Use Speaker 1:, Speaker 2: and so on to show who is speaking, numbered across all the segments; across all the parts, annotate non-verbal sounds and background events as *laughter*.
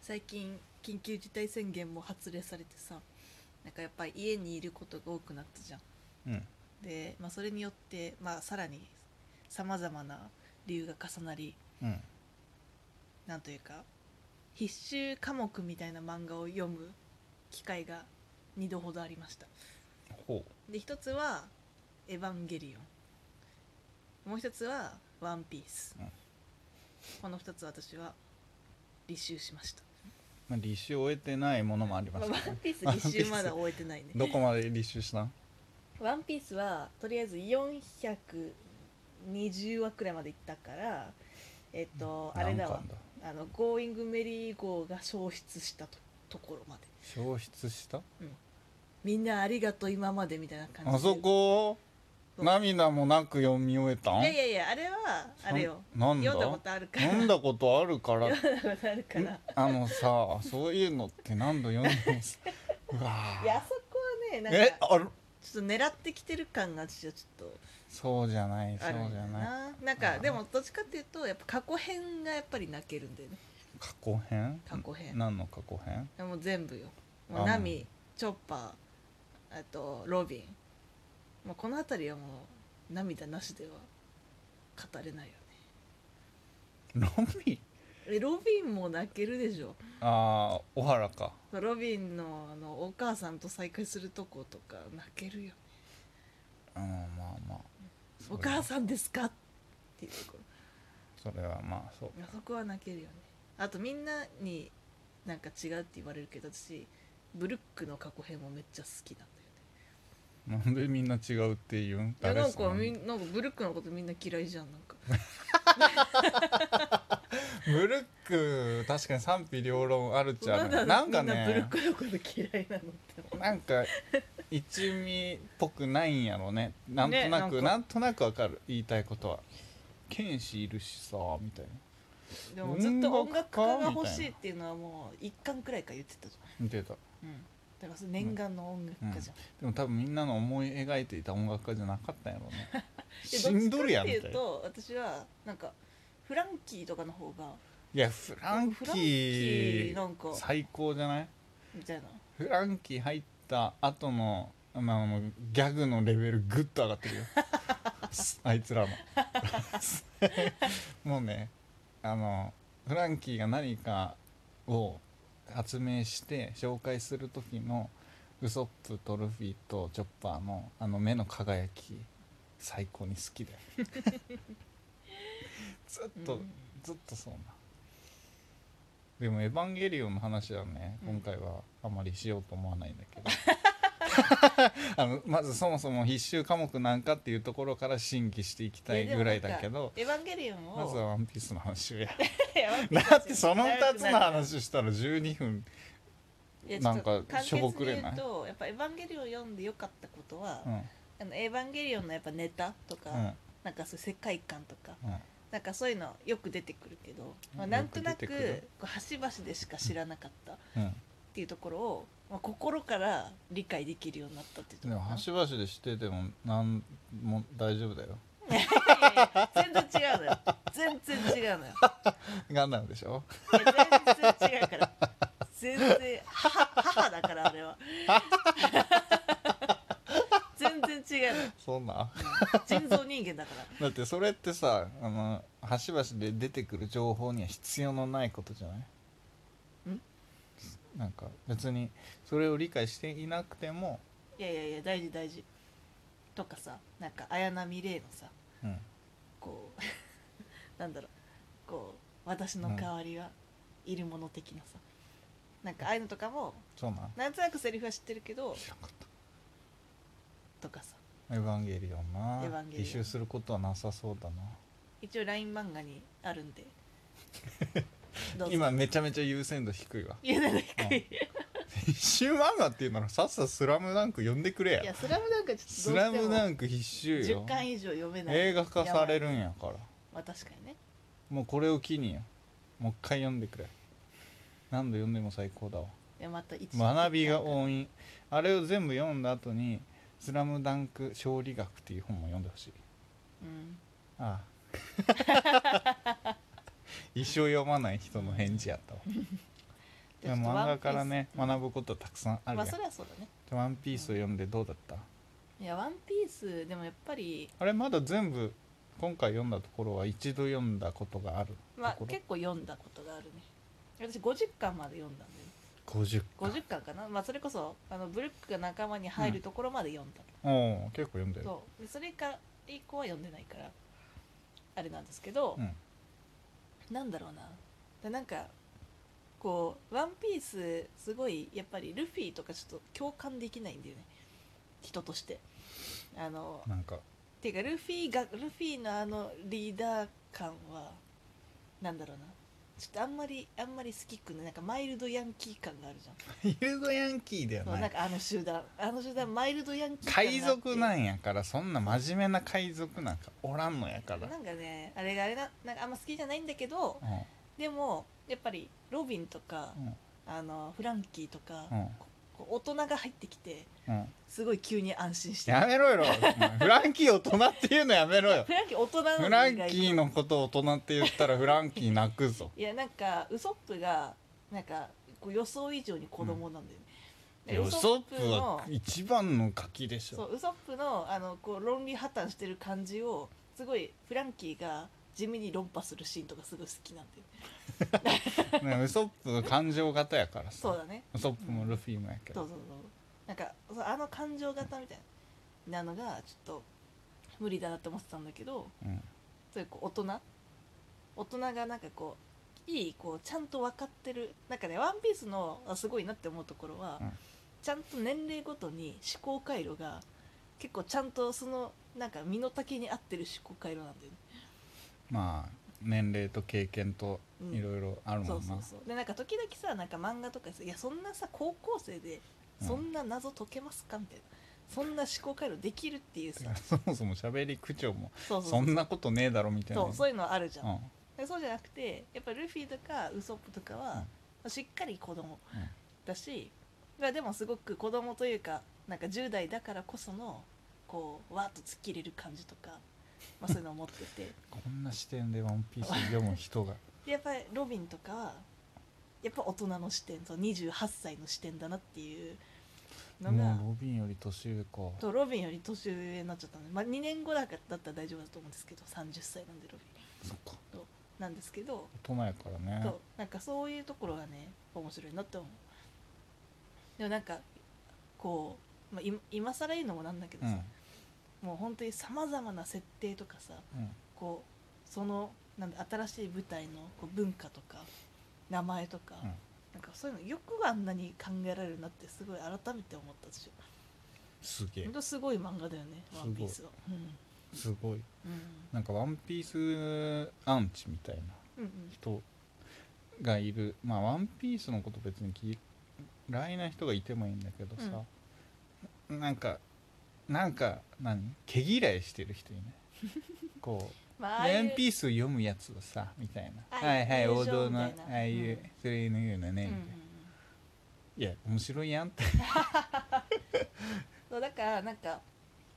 Speaker 1: 最近緊急事態宣言も発令されてさなんかやっぱり家にいることが多くなったじゃん
Speaker 2: うん
Speaker 1: で、まあ、それによって、まあ、さらにさまざまな理由が重なり
Speaker 2: うん
Speaker 1: なんというか必修科目みたいな漫画を読む機会が2度ほどありました
Speaker 2: ほ
Speaker 1: で一つは「エヴァンゲリオン」もう一つは「ワンピース」
Speaker 2: うん
Speaker 1: この2つ私は履修しました
Speaker 2: う、まあ、履修終えてないものもありま
Speaker 1: まあ
Speaker 2: す
Speaker 1: ワ
Speaker 2: けど
Speaker 1: ン
Speaker 2: ね
Speaker 1: ピース履修まだ終えてない
Speaker 2: *laughs*
Speaker 1: ね
Speaker 2: どこまで履修したん
Speaker 1: ワンピースはとりあえず420話くらいまでいったからえっと *laughs* あれだわ
Speaker 2: 何巻だ
Speaker 1: あの「ゴーイングメリー号」が消失したとところまで
Speaker 2: 消失した
Speaker 1: みんなありがとう今までみたいな感じで
Speaker 2: あそこ
Speaker 1: そう
Speaker 2: 涙もなく読み終えたん
Speaker 1: いやいやいやあれはあれよ
Speaker 2: ななんだ
Speaker 1: 読んだことあるから
Speaker 2: 読んだことあるから
Speaker 1: 読んだことあるから
Speaker 2: あのさそういうのって何度読んで
Speaker 1: *laughs*
Speaker 2: もさうわ
Speaker 1: いやあそこはねなんか
Speaker 2: えある
Speaker 1: ちょっと狙ってきてる感が私はちょっ
Speaker 2: そうじゃない
Speaker 1: と
Speaker 2: そ
Speaker 1: あ
Speaker 2: うじ
Speaker 1: る
Speaker 2: ゃ
Speaker 1: んだよ
Speaker 2: ない
Speaker 1: ななん
Speaker 2: あ
Speaker 1: か
Speaker 2: ー
Speaker 1: でもどっちかっていうとやっぱ過去編がやっぱり泣けるんだよね
Speaker 2: 過去編
Speaker 1: 過去編
Speaker 2: 何の過去編
Speaker 1: もう全部よ
Speaker 2: あ
Speaker 1: も
Speaker 2: ー
Speaker 1: うナミチョッパーあとロビンもうこの辺りはもう涙なしでは語れないよ
Speaker 2: ロビー
Speaker 1: ねえロビンも泣けるでしょ
Speaker 2: ああ小原か
Speaker 1: ロビンのあのお母さんと再会するとことか泣けるよ
Speaker 2: うんまあまあ
Speaker 1: 「お母
Speaker 2: ん
Speaker 1: さんですか?」っていうとこ
Speaker 2: それはまあそう
Speaker 1: ろあそこは泣けるよねあとみんなになんか違うって言われるけど私ブルックの過去編もめっちゃ好きなんだよね
Speaker 2: なんでみんな違うって言うん
Speaker 1: いや
Speaker 2: 誰
Speaker 1: なん
Speaker 2: そ
Speaker 1: か
Speaker 2: の
Speaker 1: みんなんかブルックのことみんな嫌いじゃんなんか
Speaker 2: ブルック確かに賛否両論あるっちゃあるなんか
Speaker 1: みんなブルッ
Speaker 2: ね
Speaker 1: クのこと嫌いなのって思う
Speaker 2: なんか一味っぽくないんやろねなんとなく、
Speaker 1: ねなんか
Speaker 2: なんとなくわかる言いたいことは剣士いるしさみたい
Speaker 1: で
Speaker 2: な
Speaker 1: もずっと音楽家
Speaker 2: 音楽
Speaker 1: が
Speaker 2: 家みたいな
Speaker 1: 欲しいっていうのはもう一巻くらいから言ってたじ
Speaker 2: 見てた
Speaker 1: ゃん、うん、だからそれ念願の音楽家じゃん、
Speaker 2: でも多分みんなの思い描いていた音楽家じゃなかったんやろ
Speaker 1: *laughs*
Speaker 2: うね
Speaker 1: で
Speaker 2: しんどるやん
Speaker 1: ど
Speaker 2: み
Speaker 1: ったちかってい
Speaker 2: いうな
Speaker 1: と私はなんかフランキーとかの方が
Speaker 2: いやフランキ
Speaker 1: フランキー
Speaker 2: ー
Speaker 1: なんか
Speaker 2: 最高じゃない
Speaker 1: みたいな
Speaker 2: フランキー入った後のまあもうギャグのレベルグッと上がってるよあいつらの *laughs* もうねあのフランキーが何かを発明して紹介する時のウソップトルフィーとチョッパーのあの目の輝き最高に好きだよずっと、
Speaker 1: うん
Speaker 2: ずっとそうなでも「エヴァンゲリオン」の話はね
Speaker 1: うん
Speaker 2: 今回はあまりしようと思わないんだけど、 *laughs* あのまずそもそも必修科目なんかっていうところから審議していきたいぐらいだけど
Speaker 1: いやでもなんかエヴァンゲリオンを
Speaker 2: まずは「ワンピースの話をや
Speaker 1: *laughs* いやワンピース
Speaker 2: だって *laughs* その2
Speaker 1: 長
Speaker 2: つ
Speaker 1: くな
Speaker 2: の
Speaker 1: る
Speaker 2: 話したら12分
Speaker 1: いやちょっと
Speaker 2: なんかしょぼくれない
Speaker 1: 簡潔に言うとやっぱエヴァンゲリオン読んでよかったことは、
Speaker 2: うん
Speaker 1: あのエヴァンゲリオンのやっぱネタとか、
Speaker 2: うん
Speaker 1: なんかそういう世界観とか
Speaker 2: うん
Speaker 1: なんかそういうのよく出てくるけど、まあ、
Speaker 2: うん
Speaker 1: なんとなく
Speaker 2: よく出てくる
Speaker 1: こう端々でしか知らなかったっ
Speaker 2: うん
Speaker 1: ていうところを、まあ、心から理解できるようになったっていうと
Speaker 2: で
Speaker 1: ころ
Speaker 2: も
Speaker 1: かな
Speaker 2: 端々でしててもなんも大丈夫だよ *laughs*
Speaker 1: *laughs* 全然違うのよ全然違うのよ
Speaker 2: ガンダムでしょ
Speaker 1: いや全然違うから全然母母だからあれ
Speaker 2: *laughs*
Speaker 1: は全然違うのよ
Speaker 2: そんな
Speaker 1: 人造人間だから
Speaker 2: だってそれってさあの端々で出てくる情報には必要のないことじゃない
Speaker 1: ん
Speaker 2: なんか別にそれを理解していなくても、
Speaker 1: いやいやいや大事大事とかさなんか綾波レイのさ
Speaker 2: うん、
Speaker 1: こう *laughs* なんだろうこう私の代わりはいるもの的なさ、なんかああいうのとかも
Speaker 2: そうなん
Speaker 1: なんとなくセリフは知ってるけど
Speaker 2: 知らんかった
Speaker 1: とかさ
Speaker 2: 「エヴァンゲリオンな」
Speaker 1: エヴァンゲリオン
Speaker 2: 一周することはなさそうだな
Speaker 1: 一応 LINE 漫画にあるん
Speaker 2: *laughs*
Speaker 1: でどうぞ
Speaker 2: 今めちゃめちゃ優先度低いわ
Speaker 1: 言えない低い
Speaker 2: 一周漫画っていうならさっさ「スラムダンク読んでくれ
Speaker 1: い
Speaker 2: や
Speaker 1: や「スラムダンクはち
Speaker 2: 「
Speaker 1: ょっ
Speaker 2: ス
Speaker 1: とど
Speaker 2: ラ
Speaker 1: うして
Speaker 2: ム
Speaker 1: も
Speaker 2: ダンク必修よ
Speaker 1: 10巻以上読めない
Speaker 2: 映画化され
Speaker 1: る
Speaker 2: るんやから
Speaker 1: まあ確かにね
Speaker 2: もうこれを機によもう一回読んでくれ何度読んでも最高だわ
Speaker 1: いやまた一
Speaker 2: 学びが
Speaker 1: い
Speaker 2: 多いあれを全部読んだ後に「スラムダンク勝利学」っていう本も読んでほしい
Speaker 1: うん *laughs*
Speaker 2: ああ一生読まない人の返事やったわでも漫画からね学ぶことはたくさんあ
Speaker 1: あ
Speaker 2: る
Speaker 1: まあ
Speaker 2: やん
Speaker 1: それはそうだね
Speaker 2: 「ワンピースを読んでどうだった
Speaker 1: いや「ワンピースでもやっぱり、
Speaker 2: あれまだ全部今回読んだところは一度読んだことがある
Speaker 1: まあ
Speaker 2: と、ころ
Speaker 1: 結構読んだことがあるね私50巻まで読んだんだよ
Speaker 2: 50か
Speaker 1: 50巻かな、まあ、それこそあのブルックが仲間に入るところまで読んだ、
Speaker 2: おお結構読んでる
Speaker 1: そうでそれから以降は読んでないからあれなんですけど、
Speaker 2: うん
Speaker 1: なんだろうなでなんかこう「ワンピースすごいやっぱりルフィとかちょっと共感できないんだよね人としてあの
Speaker 2: なんか
Speaker 1: ていうかルフィがルフィのあのリーダー感はなんだろうなちょっとあんまりあんまり好きくないなんかマイルドヤンキー感があるじゃん
Speaker 2: 「イルドヤンキー」では
Speaker 1: そう
Speaker 2: な
Speaker 1: なん
Speaker 2: い
Speaker 1: かあの集団あの集団マイルドヤンキー感があって
Speaker 2: 海賊なんやからそんな真面目な海賊なんかおらんのやから
Speaker 1: なんかねあれがあれななんかあんま好きじゃないんだけど
Speaker 2: うん
Speaker 1: でもやっぱりロビンとか、
Speaker 2: うん
Speaker 1: あのフランキーとか、
Speaker 2: うん
Speaker 1: ここう大人が入ってきて
Speaker 2: うん
Speaker 1: すごい急に安心してる
Speaker 2: やめろよ *laughs* フランキー大人っていうのやめろよ
Speaker 1: フランキー大人なの
Speaker 2: フ
Speaker 1: に
Speaker 2: ランキーのことを大人って言ったらフランキー泣くぞ
Speaker 1: いやなんかウソップがなんかこう予想以上に子供なんだよ
Speaker 2: い
Speaker 1: ね、
Speaker 2: やウソップ
Speaker 1: の
Speaker 2: は一番のガキでし
Speaker 1: そ
Speaker 2: ょ
Speaker 1: うウソップのあのこう論理破綻してる感じをすごいフランキーが地味に論破するシーンとかすごい好きなんだよね
Speaker 2: ねウソップは感情型やから
Speaker 1: そう
Speaker 2: さ
Speaker 1: だね
Speaker 2: ウソップもルフィもやけ
Speaker 1: そ
Speaker 2: ど
Speaker 1: うそうそうなんかそうあの感情型みたいなのがちょっと無理だなって思ってたんだけど
Speaker 2: うん
Speaker 1: そういうこう大人大人がなんかこういいこうちゃんと分かってるなんかね「ワンピースのあすごいなって思うところは、
Speaker 2: うん
Speaker 1: ちゃんと年齢ごとに思考回路が結構ちゃんとそのなんか身の丈に合ってる思考回路なんだよね。
Speaker 2: まあ年齢と経験と
Speaker 1: うん
Speaker 2: いろいろある
Speaker 1: そ
Speaker 2: も
Speaker 1: うんそ
Speaker 2: な
Speaker 1: うそうでなんか時々さなんか漫画とかさ「いやそんなさ高校生で
Speaker 2: うん
Speaker 1: そんな謎解けますか?」みたいな、そんな思考回路できるっていう
Speaker 2: て
Speaker 1: さ
Speaker 2: か *laughs* そもそも喋り口調も
Speaker 1: そうそう
Speaker 2: そ
Speaker 1: そうん
Speaker 2: なことねえだろみたいな
Speaker 1: そうそういうのあるじゃん、
Speaker 2: うん
Speaker 1: でそうじゃなくてやっぱルフィとかウソップとかは、しっかり子供
Speaker 2: うん
Speaker 1: だし、まあでもすごく子供というかなんか10代だからこそのこうわーっと突っ切れる感じとか、まあ、そういうのを持ってて
Speaker 2: こんな視点で「ワンピース読む
Speaker 1: *laughs*
Speaker 2: 人が
Speaker 1: でやっぱりロビンとかはやっぱ大人の視点と28歳の視点だなっていうのが、
Speaker 2: もうロビンより年上か
Speaker 1: とロビンより年上になっちゃったので、まあ、2年後だからだったら大丈夫だと思うんですけど30歳なんでロビ
Speaker 2: そっか
Speaker 1: ンなんですけど、
Speaker 2: 大人やからね
Speaker 1: そうなんかそういうところがね面白いなって思うでもなんかこう、まあ、今今更言うのもなんだけど
Speaker 2: う
Speaker 1: さ、
Speaker 2: ん
Speaker 1: もう本当にさまざまな設定とかさ
Speaker 2: うん
Speaker 1: こうそのなんだ新しい舞台のこう文化とか名前とか、
Speaker 2: うん
Speaker 1: なんかそういうのよくあんなに考えられるなってすごい改めて思ったでしょ
Speaker 2: すげえ
Speaker 1: 本当すごい漫画だよね「
Speaker 2: す
Speaker 1: ワ
Speaker 2: ごい
Speaker 1: ンピースは。うん
Speaker 2: すごい
Speaker 1: うん
Speaker 2: なんか「ワンピースアンチみたいな
Speaker 1: うんうん
Speaker 2: 人がいるまあ「ワンピースのこと別に嫌いな人がいてもいいんだけどさ、なんかなんか何毛嫌いしてる
Speaker 1: *laughs*
Speaker 2: 人いないこう
Speaker 1: まあああ
Speaker 2: ワ
Speaker 1: いう
Speaker 2: ンピースを読むやつはさみたいな
Speaker 1: あ
Speaker 2: は
Speaker 1: あい
Speaker 2: いうはい
Speaker 1: 友情
Speaker 2: 王道の
Speaker 1: み
Speaker 2: あ
Speaker 1: たいな
Speaker 2: あいううんそれのようなね、
Speaker 1: うんうんうん
Speaker 2: みたいないや面白いやんって
Speaker 1: そうだからなんか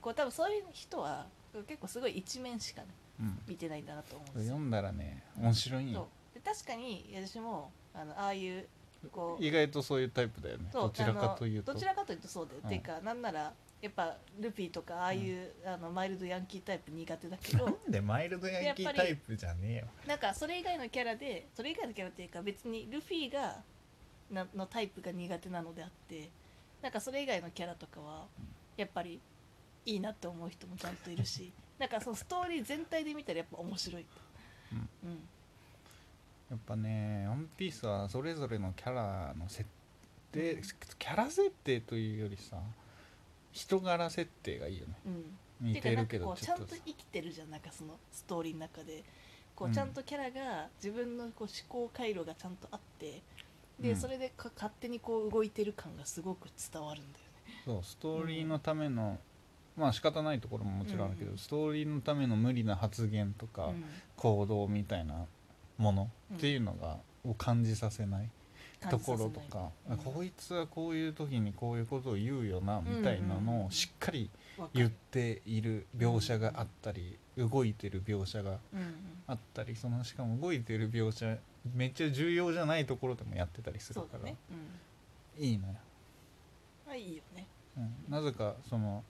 Speaker 1: こう多分そういう人は結構すごい一面しか
Speaker 2: うん
Speaker 1: 見てないんだなと思うん
Speaker 2: こ
Speaker 1: で
Speaker 2: れ
Speaker 1: すよ
Speaker 2: 読んだらね面白いん
Speaker 1: そう
Speaker 2: よ
Speaker 1: で確かに私もあのああいうこう
Speaker 2: 意外とそういうタイプだよね
Speaker 1: そう
Speaker 2: どちらかという
Speaker 1: あ
Speaker 2: と
Speaker 1: のどちらかというとそうだよ、
Speaker 2: うん
Speaker 1: ていうかなんならやっぱルピーとかああいう、あのマイルドヤンキータイプ苦手だけ
Speaker 2: なん
Speaker 1: ど
Speaker 2: でマイルドヤンキ
Speaker 1: やっ
Speaker 2: ー
Speaker 1: ぱ
Speaker 2: タ
Speaker 1: り
Speaker 2: イプじゃねえよ
Speaker 1: なんかそれ以外のキャラでそれ以外のキャラっていうか別にルフィがなのタイプが苦手なのであってなんかそれ以外のキャラとかはやっぱりいいなって思う人もちゃんといる
Speaker 2: *laughs*
Speaker 1: しなんかそのストーリー全体で見たらやっぱ面白い、うん
Speaker 2: やっぱね「ワンピースはそれぞれのキャラの設定、キャラ設定というよりさ人柄設定がいいよね
Speaker 1: うん
Speaker 2: 似
Speaker 1: てかな
Speaker 2: てる
Speaker 1: んか
Speaker 2: け
Speaker 1: こ
Speaker 2: ど
Speaker 1: う
Speaker 2: ち
Speaker 1: ち
Speaker 2: ょ
Speaker 1: ゃ
Speaker 2: っ
Speaker 1: ん
Speaker 2: と
Speaker 1: と
Speaker 2: さ
Speaker 1: 生きてるじゃんなんかそのストーリーの中でこ
Speaker 2: う
Speaker 1: うんちゃんとキャラが自分のこう思考回路がちゃんとあって
Speaker 2: う
Speaker 1: で
Speaker 2: ん
Speaker 1: それでか勝手にこう動いてる感がすごく伝わるんだよね
Speaker 2: そうストーリーのための、まあ仕方ないところももちろんあるけど、
Speaker 1: うん
Speaker 2: ストーリーのための無理な発言とか
Speaker 1: うん
Speaker 2: 行動みたいなもの
Speaker 1: うん
Speaker 2: っていうのが、を感じさせない
Speaker 1: 感
Speaker 2: と
Speaker 1: じさ
Speaker 2: こ
Speaker 1: せな
Speaker 2: ろ
Speaker 1: い
Speaker 2: とか、
Speaker 1: うん
Speaker 2: こいつはこういう時にこういうことを言うよなみたいなのをしっかり
Speaker 1: わかる
Speaker 2: 言っている描写があったり動いてる描写が
Speaker 1: うんうん
Speaker 2: あったりそのしかも動いてる描写めっちゃ重要じゃないところでもやってたりする
Speaker 1: そう
Speaker 2: か
Speaker 1: だ
Speaker 2: ら、
Speaker 1: ねうん
Speaker 2: いいのよ、
Speaker 1: まあいいよね
Speaker 2: うん、なぜかその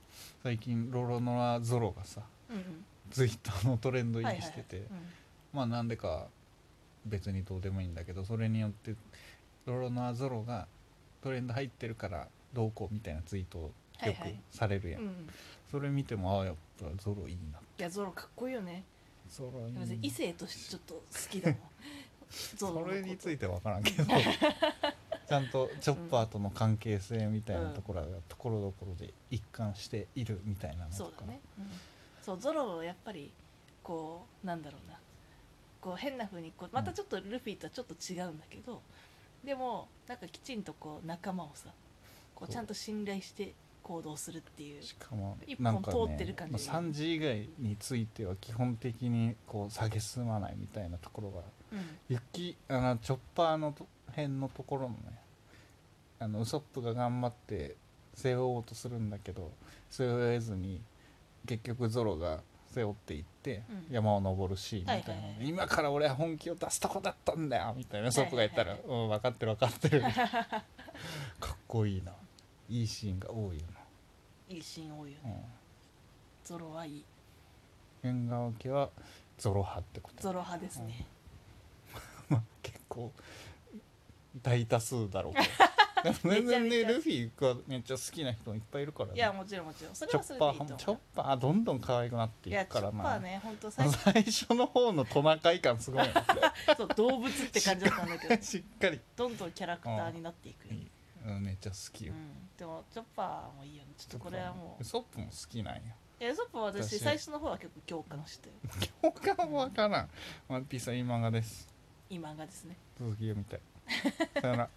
Speaker 2: 最近ロロノラゾロがさ
Speaker 1: うんうん
Speaker 2: ツイッターのトレンド入
Speaker 1: はい
Speaker 2: り
Speaker 1: は
Speaker 2: し
Speaker 1: い
Speaker 2: てて、
Speaker 1: うん
Speaker 2: まあなんでか別にどうでもいいんだけどそれによってロロノアゾロがトレンド入ってるからどうこうみたいなツイートをよく
Speaker 1: はいはい
Speaker 2: されるや
Speaker 1: う
Speaker 2: ん、
Speaker 1: んうん
Speaker 2: それ見てもああやっぱゾロいいない
Speaker 1: やゾロかっこいいよね
Speaker 2: ゾロいい
Speaker 1: でも
Speaker 2: な
Speaker 1: 別に異性としてちょっと好きだもんゾロの
Speaker 2: *laughs* そ
Speaker 1: こと
Speaker 2: れについては分から
Speaker 1: *laughs*
Speaker 2: んけどちゃんとチョッパーとの関係性みたいなところがところどころで一貫しているみたいなのと
Speaker 1: そ
Speaker 2: か
Speaker 1: うだね、うん、そうゾロをやっぱりこうなんだろうなこう変な風にこうまたちょっとルフィとはちょっと違うんだけど、でもなんかきちんとこう仲間をさこ
Speaker 2: そう
Speaker 1: うちゃんと信頼して行動するっていう
Speaker 2: しかも
Speaker 1: 一
Speaker 2: な
Speaker 1: 本
Speaker 2: んか
Speaker 1: 通って
Speaker 2: ね
Speaker 1: る感じ
Speaker 2: まあ3時以外については基本的にこう下げすまないみたいなところが
Speaker 1: うん
Speaker 2: 雪あのチョッパーのと辺のところのねあのウソップが頑張って背負おうとするんだけど背負えずに結局ゾロが背負っていって
Speaker 1: うん
Speaker 2: 山を登るシーンみたいな、
Speaker 1: はいはいはい
Speaker 2: 今から俺は本気を出すとこだったんだよみたいなウソップが言ったら、
Speaker 1: はい
Speaker 2: うん分かってる分かっ
Speaker 1: *laughs*
Speaker 2: てるかっこいいないいシーンが多いよ
Speaker 1: いいシーン多いよ
Speaker 2: な、
Speaker 1: ねゾロはいい
Speaker 2: うん、縁側家はゾロ派ってこと
Speaker 1: ゾロ派ですね、
Speaker 2: まあ結構大多数だろうけ
Speaker 1: *laughs*
Speaker 2: ど
Speaker 1: め
Speaker 2: 全
Speaker 1: ちゃ
Speaker 2: 然
Speaker 1: め
Speaker 2: ね
Speaker 1: ちゃ
Speaker 2: ルフィがめっちゃ好きな人もいっぱいいるからね
Speaker 1: いやもちろんもちろんそれ
Speaker 2: チョ
Speaker 1: はそ
Speaker 2: ッ
Speaker 1: れ
Speaker 2: パ
Speaker 1: でい
Speaker 2: ー
Speaker 1: いと思
Speaker 2: は
Speaker 1: う
Speaker 2: チョッパーどんどん可愛くなってい
Speaker 1: いや
Speaker 2: く
Speaker 1: チョ
Speaker 2: から
Speaker 1: ッパー
Speaker 2: な、
Speaker 1: ね本当最
Speaker 2: 最 *laughs*
Speaker 1: 初
Speaker 2: 初の方のトナカイ感すごいよ
Speaker 1: そう動物って感じだったんだ *laughs* けど
Speaker 2: しっかり、
Speaker 1: どんどんキャラクターになっていくよ、
Speaker 2: うん、めっちゃ好き
Speaker 1: う
Speaker 2: よ、
Speaker 1: ん、でもチョッパーもいいよねちょっとこれはもう
Speaker 2: ウソップも好きなんや
Speaker 1: いやウソップは私
Speaker 2: 私
Speaker 1: 最初の方は結構共感してる
Speaker 2: 他は分からんワンピースはいい漫画です
Speaker 1: 今がですね
Speaker 2: 続き読みたいさよなら